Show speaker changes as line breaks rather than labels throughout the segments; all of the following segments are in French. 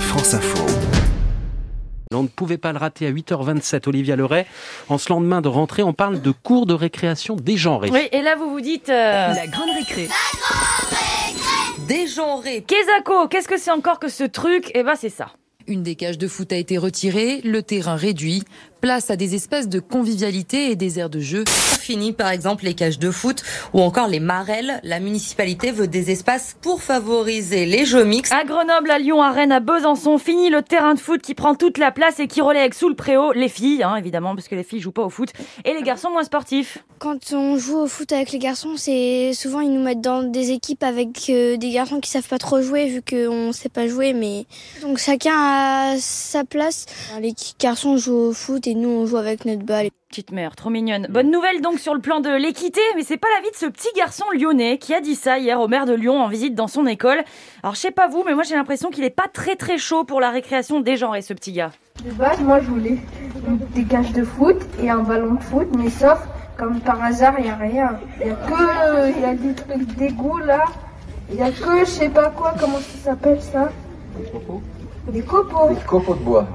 Force Info.
On ne pouvait pas le rater à 8h27, Olivia Leray. En ce lendemain de rentrée, on parle de cours de récréation dégenrés.
Oui, et là vous vous dites euh,
La grande récré. Dégenrée.
Kézako, qu'est-ce que c'est encore que ce truc Eh ben c'est ça.
Une des cages de foot a été retirée, le terrain réduit, place à des espaces de convivialité et des aires de jeu.
Fini par exemple les cages de foot ou encore les marelles. La municipalité veut des espaces pour favoriser les jeux mixtes.
À Grenoble, à Lyon, à Rennes, à Besançon, fini le terrain de foot qui prend toute la place et qui relègue sous le préau les filles, hein, évidemment, parce que les filles jouent pas au foot, et les garçons moins sportifs.
Quand on joue au foot avec les garçons, c'est souvent ils nous mettent dans des équipes avec euh, des garçons qui savent pas trop jouer vu qu'on sait pas jouer. Mais donc chacun a sa place. Les garçons jouent au foot et nous on joue avec notre balle.
Petite mère, trop mignonne.
Mm.
Bonne nouvelle donc sur le plan de l'équité, mais c'est pas la vie de ce petit garçon lyonnais qui a dit ça hier au maire de Lyon en visite dans son école. Alors je sais pas vous, mais moi j'ai l'impression qu'il est pas très très chaud pour la récréation dégenrée ce petit gars.
De base, moi, je voulais des cages de foot et un ballon de foot, mais sauf, comme par hasard, il n'y a rien. Il n'y a que il y a des trucs d'égout, là. Il n'y a que, je sais pas quoi, comment ça s'appelle, ça Des copeaux. Des copeaux.
copeaux de bois.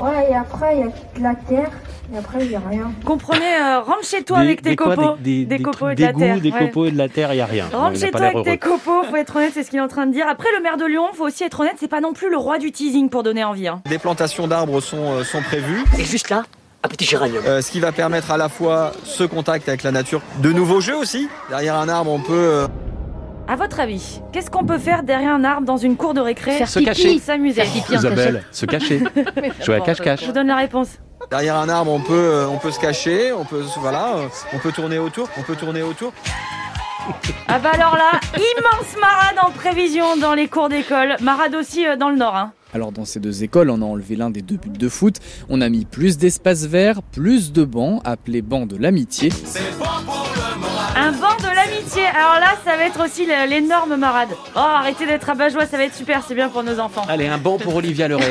Ouais, et après, il y a de la terre, et après, il n'y a rien.
Comprenez, euh, rentre chez toi avec tes
quoi,
copeaux.
des, des, des
copeaux
trucs
et de la
d'égout,
terre,
des
ouais.
copeaux et de la terre, il n'y a rien. Non,
Rentre
il n'a
chez
pas
toi
l'air
avec tes
heureux.
copeaux, faut être honnête, c'est ce qu'il est en train de dire. Après, le maire de Lyon, faut aussi être honnête, c'est pas non plus le roi du teasing pour donner envie. hein.
Des plantations d'arbres sont, euh, sont prévues,
Et juste là, un petit géranium.
euh, ce qui va permettre à la fois ce contact avec la nature, de nouveaux jeux aussi. Derrière un arbre, on peut euh,
À votre avis, qu'est-ce qu'on peut faire derrière un arbre dans une cour de récré
Faire Se pipi. cacher.
S'amuser.
Isabelle, se cacher. Jouer à cache-cache.
Je vous donne la réponse.
derrière un arbre, on peut euh, on peut se cacher, on peut se- voilà, euh, on peut tourner autour, on peut tourner autour.
Ah bah alors là, immense marade en prévision dans les cours d'école. Marade aussi euh, dans le nord. hein.
Alors dans ces deux écoles, on a enlevé l'un des deux buts de foot, on a mis plus d'espace vert, plus de bancs, appelés bancs de l'amitié.
Un banc de l'amitié. Alors là, ça va être aussi l- l'énorme marade. Oh, arrêtez d'être abat-joie, ça va être super, c'est bien pour nos enfants.
Allez, un banc pour Olivia Leray.